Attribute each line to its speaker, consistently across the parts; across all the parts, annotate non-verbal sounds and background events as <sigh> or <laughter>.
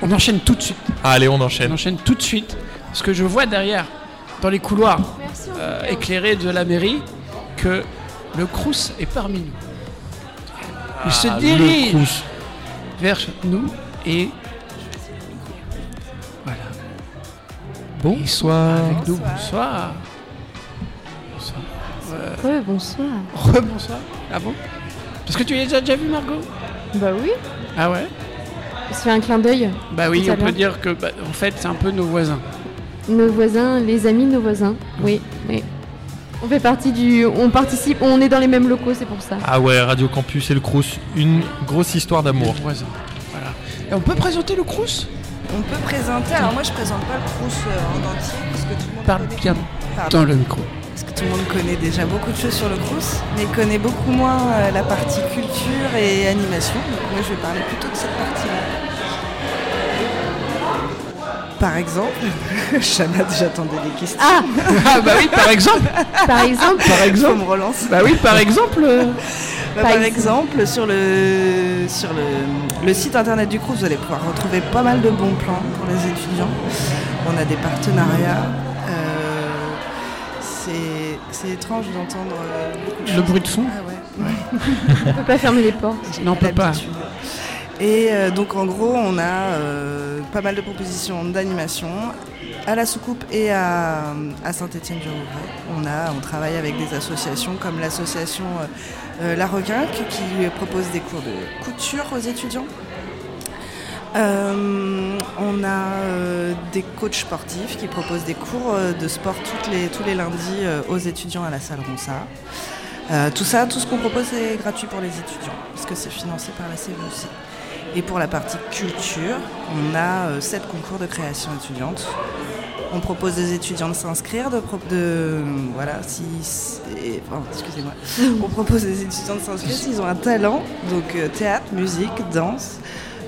Speaker 1: On enchaîne tout de suite.
Speaker 2: Allez, on
Speaker 1: On
Speaker 2: enchaîne.
Speaker 1: enchaîne tout de suite. Ce que je vois derrière, dans les couloirs
Speaker 3: Merci. en tout
Speaker 1: euh,
Speaker 3: cas.
Speaker 1: éclairés de la mairie, que le Crous est parmi nous. Il se
Speaker 2: Ah, le
Speaker 1: dirige
Speaker 2: Crous.
Speaker 1: vers nous et. Voilà. Bonsoir. Avec nous, bonsoir. Bonsoir.
Speaker 3: Ouais, bonsoir.
Speaker 1: Rebonsoir. Ah bon Parce que tu l'as déjà, déjà vu, Margot
Speaker 3: Bah oui.
Speaker 1: Ah ouais
Speaker 3: On se fait un clin d'œil.
Speaker 1: Bah oui,
Speaker 3: Tout à
Speaker 1: on peut
Speaker 3: l'heure.
Speaker 1: dire que, bah, en fait, c'est un peu nos voisins.
Speaker 3: Nos voisins, les amis de nos voisins. Oui, oui. On fait partie du. On participe, on est dans les mêmes locaux, c'est pour ça.
Speaker 2: Ah ouais, Radio Campus et le Crous, une grosse histoire d'amour.
Speaker 1: Nos voisins. Voilà. Et on peut présenter le Crous
Speaker 4: On peut présenter, alors moi je présente pas le Crous euh, en entier, parce que tout le monde
Speaker 1: Parle
Speaker 4: connaît.
Speaker 1: bien
Speaker 4: Pardon.
Speaker 1: dans le micro.
Speaker 4: Parce que tout le monde connaît déjà beaucoup de choses sur le Crous, mais connaît beaucoup moins euh, la partie culture et animation. Donc moi je vais parler plutôt de cette partie-là. Par exemple, <laughs> Chana, j'attendais des questions.
Speaker 3: Ah
Speaker 1: Ah bah oui, <laughs> par exemple
Speaker 3: Par exemple,
Speaker 1: Par
Speaker 4: on
Speaker 1: exemple
Speaker 4: me relance.
Speaker 1: Bah oui, par exemple euh,
Speaker 3: Par
Speaker 4: Bah, par
Speaker 3: exemple.
Speaker 4: exemple, sur, le, sur le, le site internet du Crous, vous allez pouvoir retrouver pas mal de bons plans pour les étudiants. On a des partenariats. euh, c'est- c'est étrange d'entendre euh, beaucoup de
Speaker 1: Le
Speaker 4: choses.
Speaker 1: bruit de fond
Speaker 4: Ah ouais,
Speaker 3: on peut pas fermer les portes.
Speaker 4: j'ai
Speaker 1: Non, on peut pas.
Speaker 4: l'habitude. Et euh, donc en gros, on a euh, pas mal de propositions d'animation à la soucoupe et à, à Saint-Étienne-du-Rouvray. On, a- on travaille avec des associations comme l'association euh, euh, La Requinque qui propose des cours de couture aux étudiants. Euh, on a euh, des coachs sportifs qui proposent des cours euh, de sport toutes les- tous les lundis euh, aux étudiants à la salle Ronsard. Euh, tout ça, tout ce qu'on propose est gratuit pour les étudiants, parce que c'est financé par la CVC. Et pour la partie culture, on a euh, sept concours de création étudiante. On propose aux étudiants de s'inscrire, de, pro- de voilà, si, si- et- pardon, excusez-moi. On propose aux étudiants de s'inscrire s'ils ont un talent, donc euh, théâtre, musique, danse,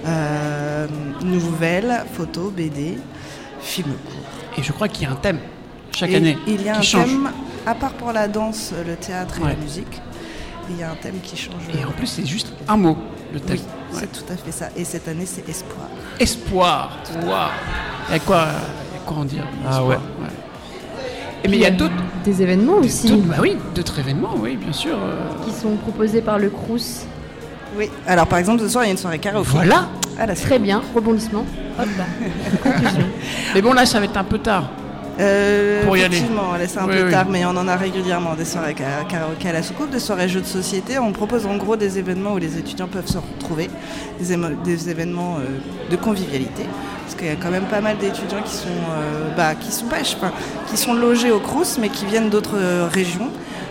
Speaker 4: euh, nouvelles, photo, BD, film court.
Speaker 1: Et je crois qu'il y a un thème chaque
Speaker 4: Et
Speaker 1: année
Speaker 4: Il y a
Speaker 1: qui
Speaker 4: un
Speaker 1: change.
Speaker 4: thème, à part pour la danse, le théâtre et
Speaker 1: Ouais.
Speaker 4: la musique, il y a un thème qui change.
Speaker 1: Et en plus, c'est juste un mot, le thème.
Speaker 4: Oui,
Speaker 1: Ouais.
Speaker 4: c'est tout à fait ça. Et cette année, c'est espoir.
Speaker 1: Espoir. Waouh. Il y a quoi, il y a quoi en dire
Speaker 2: Ah
Speaker 1: espoir,
Speaker 2: ouais.
Speaker 1: Et Mais il y a d'autres,
Speaker 3: Des événements aussi
Speaker 1: d'autres- bah oui, d'autres événements, oui, bien sûr. euh,
Speaker 3: qui sont proposés par le Crous.
Speaker 4: Oui. Alors, par exemple, ce soir, il y a une soirée karaoké. Ah,
Speaker 1: Voilà.
Speaker 4: À la
Speaker 3: Très bien, rebondissement. Hop là. Conclusion.
Speaker 1: Mais bon, là, ça va être un peu tard.
Speaker 4: Euh,
Speaker 1: Pour y aller.
Speaker 4: Effectivement, là, c'est un
Speaker 1: Oui,
Speaker 4: peu
Speaker 1: oui.
Speaker 4: tard, mais on en a régulièrement des soirées ka- karaoké à la soucoupe, des soirées jeux de société. On propose en gros des événements où les étudiants peuvent se retrouver, des, émo- des événements euh, de convivialité. Parce qu'il y a quand même pas mal d'étudiants qui sont, euh, bah, qui sont pas, je sais pas, qui sont logés au Crous, mais qui viennent d'autres euh, régions,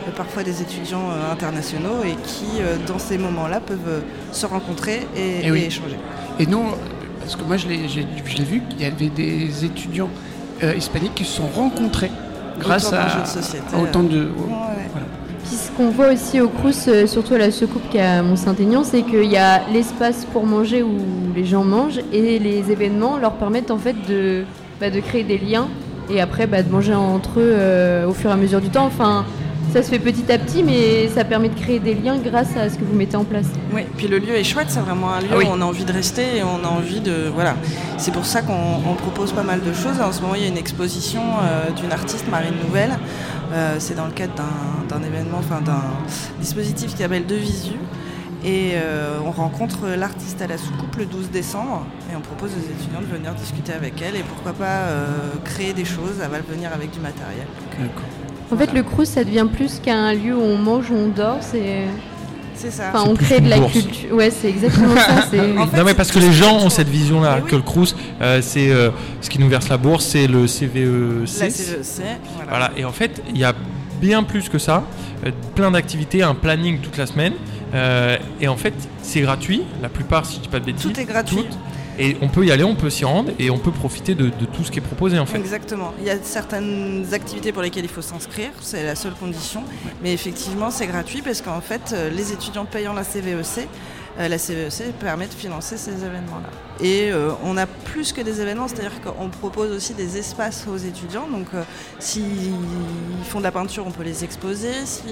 Speaker 4: euh, parfois des étudiants euh, internationaux, et qui, euh, dans ces moments-là, peuvent euh, se rencontrer et,
Speaker 1: Eh oui.
Speaker 4: et échanger.
Speaker 1: Et non, parce que moi, je l'ai, j'ai- je l'ai vu, qu'il y avait des étudiants euh, hispaniques qui se sont rencontrés grâce
Speaker 4: Autour d'un
Speaker 1: à,
Speaker 4: jeu de société.
Speaker 1: à autant de.
Speaker 4: Ouais.
Speaker 1: voilà.
Speaker 3: Puis ce qu'on voit aussi au Crous, euh, surtout à la secoupe qui est à Mont-Saint-Aignan, c'est qu'il y a l'espace pour manger où les gens mangent et les événements leur permettent en fait de, bah, de créer des liens et après bah, de manger entre eux euh, au fur et à mesure du temps. Enfin, ça se fait petit à petit, mais ça permet de créer des liens grâce à ce que vous mettez en place.
Speaker 4: Oui, puis le lieu est chouette, c'est vraiment un lieu
Speaker 1: Ah oui.
Speaker 4: où on a envie de rester et on a envie de. Voilà. C'est pour ça qu'on on propose pas mal de choses. En ce moment, il y a une exposition euh, d'une artiste, Marine Nouvelle. Euh, c'est dans le cadre d'un- d'un événement, enfin d'un dispositif qui s'appelle De Visu. Et euh, on rencontre l'artiste à la soucoupe le 12 décembre et on propose aux étudiants de venir discuter avec elle et pourquoi pas euh, créer des choses. Elle va venir avec du matériel. Donc, euh,
Speaker 3: En fait, le Crous, ça devient plus qu'un lieu où on mange, où on dort, c'est...
Speaker 4: c'est ça.
Speaker 3: Enfin,
Speaker 2: C'est
Speaker 3: on
Speaker 2: plus
Speaker 3: crée
Speaker 2: une
Speaker 3: de la
Speaker 2: bourse.
Speaker 3: culture. Ouais, c'est
Speaker 2: <laughs>
Speaker 3: exactement ça. c'est-
Speaker 4: En fait,
Speaker 2: non mais
Speaker 4: c'est
Speaker 2: parce
Speaker 4: tout
Speaker 2: que
Speaker 4: ce
Speaker 2: les
Speaker 4: qui
Speaker 2: gens
Speaker 4: tourne.
Speaker 2: ont cette vision là
Speaker 4: Mais oui.
Speaker 2: que le Crous euh, c'est euh, ce qui nous verse la bourse c'est le CVEC.
Speaker 4: La CVEC, voilà.
Speaker 2: Voilà et en fait il y a bien plus que ça, euh, plein d'activités, un planning toute la semaine euh, et en fait c'est gratuit la plupart si je dis pas de bêtises.
Speaker 4: Tout est gratuit.
Speaker 2: et on peut y aller, on peut s'y rendre et on peut profiter de, de tout ce qui est proposé en fait.
Speaker 4: Exactement. Il y a certaines activités pour lesquelles il faut s'inscrire, c'est la seule condition. Mais effectivement, c'est gratuit parce qu'en E fait, euh, les étudiants payant la CVEC, euh, la CVEC permet de financer ces événements-là. Et euh, on a plus que des événements, c'est-à-dire qu'on propose aussi des espaces aux étudiants. Donc euh, s'ils font de la peinture, on peut les exposer. S'ils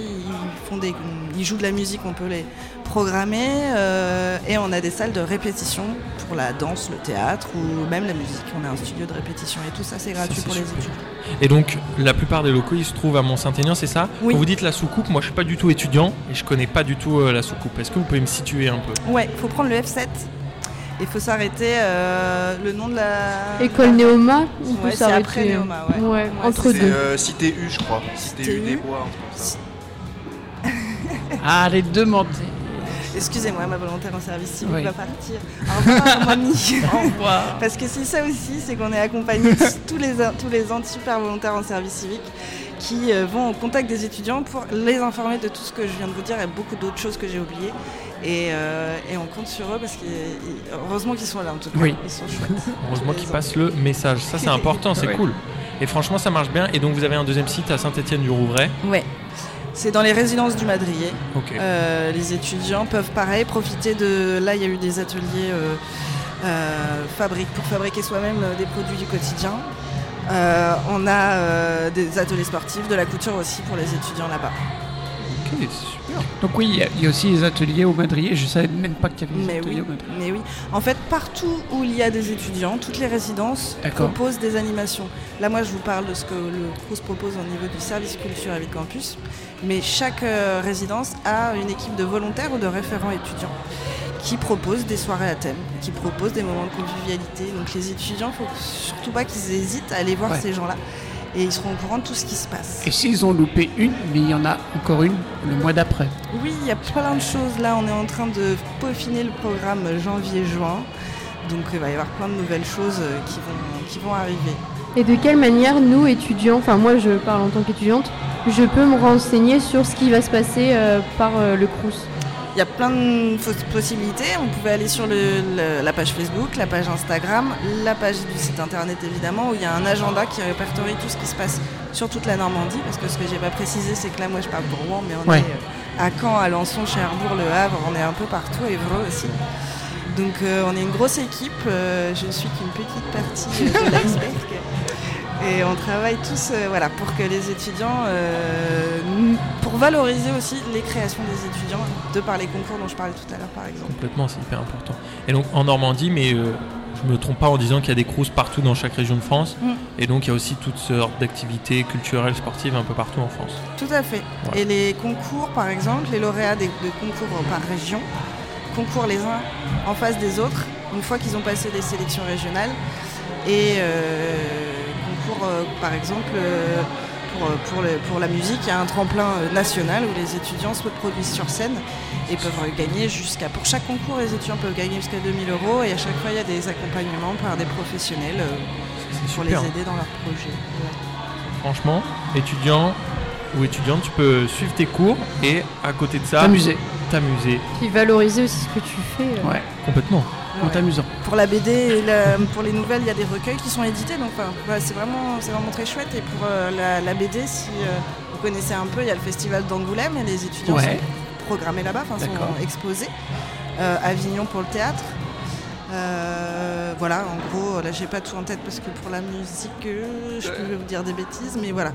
Speaker 4: font des, ils jouent de la musique, on peut les programmer. Euh, et on a des salles de répétition pour la danse, le théâtre ou même la musique. On a un studio de répétition et tout ça, c'est gratuit
Speaker 2: c'est
Speaker 4: pour les
Speaker 2: super.
Speaker 4: étudiants.
Speaker 2: Et donc, la plupart des locaux, ils se trouvent à Mont-Saint-Aignan, c'est ça
Speaker 4: Oui.
Speaker 2: Quand vous dites la soucoupe, moi je suis pas du tout étudiant et je connais pas du tout euh, la soucoupe. Est-ce que vous pouvez me situer un peu
Speaker 4: Ouais, il faut prendre le F7. Il faut s'arrêter. euh, le nom de la.
Speaker 3: École Néoma, on peut
Speaker 4: Ouais, c'est après
Speaker 3: s'arrêter.
Speaker 4: Néoma, ouais.
Speaker 3: Ouais,
Speaker 4: Ouais,
Speaker 3: entre
Speaker 5: C'est
Speaker 3: deux.
Speaker 5: euh, Cité U, je crois. Cité,
Speaker 4: Cité
Speaker 5: U
Speaker 4: U.
Speaker 5: des Bois, hein. un truc comme ça.
Speaker 1: Ah, les deux mentés.
Speaker 4: Excusez-moi, ma volontaire en service civique
Speaker 1: Oui.
Speaker 4: va partir. Au revoir, mon ami. Parce que c'est ça aussi, c'est qu'on est accompagné de tous les, tous les ans de super volontaires en service civique qui euh, vont au contact des étudiants pour les informer de tout ce que je viens de vous dire et beaucoup d'autres choses que j'ai oubliées. Et, euh, et on compte sur eux parce que et- heureusement qu'ils sont là en tout cas.
Speaker 1: Oui.
Speaker 4: Ils sont chouettes.
Speaker 2: Heureusement qu'ils passent le message. Ça, c'est important, c'est
Speaker 5: Ouais.
Speaker 2: cool. Et franchement, ça marche bien. Et donc, vous avez un deuxième site à Saint-Étienne-du-Rouvray.
Speaker 4: Ouais. C'est dans les résidences du Madrier.
Speaker 2: Ok.
Speaker 4: Euh, les étudiants peuvent pareil profiter de. Là, il y a eu des ateliers euh, euh, fabrique pour fabriquer soi-même euh, des produits du quotidien. Euh, on a euh, des ateliers sportifs, de la couture aussi pour les étudiants là-bas.
Speaker 2: Ok, super.
Speaker 1: Donc oui, il y a- il y, a aussi les ateliers au Madrier. Je savais même pas qu'il y avait des
Speaker 4: Mais
Speaker 1: ateliers
Speaker 4: oui,
Speaker 1: au Madrier.
Speaker 4: mais oui. En fait, partout où il y a des étudiants, toutes les résidences
Speaker 1: D'accord.
Speaker 4: proposent des animations. Là, moi, je vous parle de ce que le Crous propose au niveau du service culture à Ville Campus. Mais chaque euh, résidence a une équipe de volontaires ou de référents étudiants qui proposent des soirées à thème, qui proposent des moments de convivialité. Donc les étudiants, faut surtout pas qu'ils hésitent à aller voir
Speaker 1: Ouais.
Speaker 4: ces gens-là. Et ils seront au courant de tout ce qui se passe.
Speaker 1: Et s'ils ont loupé une, mais il y en a encore une le mois d'après.
Speaker 4: Oui, il y a plein de choses là. On est en train de peaufiner le programme janvier-juin. Donc il va y avoir plein de nouvelles choses euh, qui vont, qui vont arriver.
Speaker 3: Et de quelle manière, nous, étudiants, enfin moi je parle en tant qu'étudiante, je peux me renseigner sur ce qui va se passer euh, par euh, le Crous
Speaker 4: Il y a plein de fausses possibilités. On pouvait aller sur le- le- la page Facebook, la page Instagram, la page du site internet évidemment, où il y a un agenda qui répertorie tout ce qui se passe sur toute la Normandie. Parce que ce que j'ai pas précisé, c'est que là, moi, je parle pour Rouen, mais on
Speaker 1: Ouais.
Speaker 4: est euh, à Caen, à Lançon, Cherbourg, Le Havre, on est un peu partout, Évreux aussi. Donc euh, on est une grosse équipe. euh, je ne suis qu'une petite partie euh, de l'iceberg. Et on travaille tous euh, voilà, pour que les étudiants, euh, n- pour valoriser aussi les créations des étudiants, de par les concours dont je parlais tout à l'heure par exemple.
Speaker 2: Complètement, c'est hyper important. Et donc, en Normandie, mais euh, je me trompe pas en disant qu'il y a des crous partout dans chaque région de France.
Speaker 4: Mm.
Speaker 2: Et donc, il y a aussi toutes sortes d'activités culturelles, sportives un peu partout en France.
Speaker 4: Tout à fait.
Speaker 2: Ouais.
Speaker 4: Et les concours par exemple, les lauréats des, de concours par région, concours les uns en face des autres, une fois qu'ils ont passé des sélections régionales, et euh, concours euh, par exemple euh, pour, euh, pour, le- pour la musique, il y a un tremplin euh, national où les étudiants se produisent sur scène et peuvent euh, gagner jusqu'à... Pour chaque concours, les étudiants peuvent gagner jusqu'à 2000 euros et à chaque fois, il y a des accompagnements par des professionnels euh,
Speaker 2: C'est
Speaker 4: pour
Speaker 2: super.
Speaker 4: les aider dans leur projet.
Speaker 2: Franchement, étudiant ou étudiante, tu peux suivre tes cours et à côté de ça,
Speaker 1: T'amuser.
Speaker 2: t'amuser
Speaker 3: Puis valoriser aussi ce que tu fais. euh.
Speaker 1: Ouais,
Speaker 2: complètement.
Speaker 1: en t'amusant.
Speaker 4: Pour la BD et la- pour les nouvelles, il y a des recueils qui sont édités, donc enfin, voilà, c'est vraiment, c'est vraiment très chouette. Et pour euh, la, la BD, si euh, vous connaissez un peu, il y a le festival d'Angoulême et les étudiants
Speaker 1: Ouais.
Speaker 4: sont programmés là-bas, enfin
Speaker 1: D'accord.
Speaker 4: sont exposés. Euh, Avignon pour le théâtre. Euh, voilà, en gros, là j'ai pas tout en tête parce que pour la musique, euh, je peux vous dire des bêtises, mais voilà.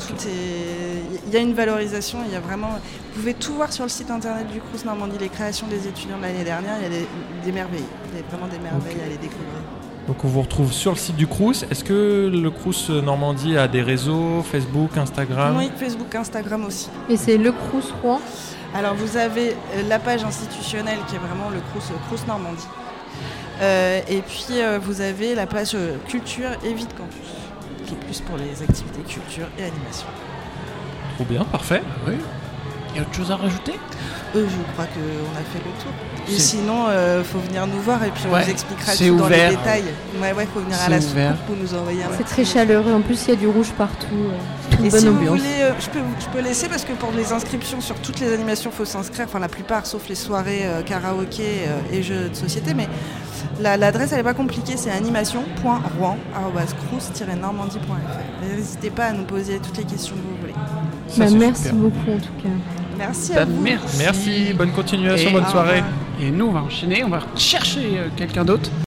Speaker 4: Tout est- Il y a une valorisation, il y a vraiment. Vous pouvez tout voir sur le site internet du Crous Normandie, les créations des étudiants de l'année dernière, il y a des, des merveilles, il y a vraiment des merveilles à les découvrir.
Speaker 2: Donc on vous retrouve sur le site du Crous. Est-ce que le Crous Normandie a des réseaux, Facebook, Instagram
Speaker 4: Oui, Facebook, Instagram aussi.
Speaker 3: Et c'est le Crous Rouen.
Speaker 4: Alors vous avez euh, la page institutionnelle qui est vraiment le Crous, le Crous Normandie. Euh, et puis euh, vous avez la page euh, culture et vie de campus, qui est plus pour les activités culture et animation.
Speaker 2: Trop bien, parfait.
Speaker 1: Il y a autre chose à rajouter
Speaker 4: Euh, je crois qu'on a fait le tour. Et
Speaker 1: C'est-
Speaker 4: sinon, euh, faut venir nous voir et puis on
Speaker 1: Ouais,
Speaker 4: vous expliquera
Speaker 1: c'est
Speaker 4: tout dans
Speaker 1: ouvert.
Speaker 4: les détails. Ouais, ouais, faut venir à
Speaker 1: C'est
Speaker 4: la
Speaker 1: ouvert.
Speaker 4: soucoupe pour nous envoyer un
Speaker 3: C'est très chaleureux, en plus il y a du rouge partout. euh. Une
Speaker 4: Et
Speaker 3: bonne
Speaker 4: si vous
Speaker 3: ambiance.
Speaker 4: voulez, euh, je, peux, je peux laisser parce que pour les inscriptions sur toutes les animations, il faut s'inscrire, enfin la plupart, sauf les soirées euh, karaoké euh, et jeux de société. Mais la- l'adresse, elle n'est pas compliquée, c'est animation.rouen.crous-normandie.fr. N'hésitez pas à nous poser toutes les questions que vous voulez.
Speaker 2: Ça,
Speaker 3: Bah,
Speaker 2: c'est
Speaker 3: merci
Speaker 2: super.
Speaker 3: beaucoup en tout cas.
Speaker 4: Merci à
Speaker 1: Bah,
Speaker 4: vous.
Speaker 1: Merci.
Speaker 2: Merci, bonne continuation,
Speaker 1: Et
Speaker 2: bonne
Speaker 4: au
Speaker 2: soirée.
Speaker 4: revoir.
Speaker 1: Et nous, on va enchaîner, on va chercher euh, quelqu'un d'autre.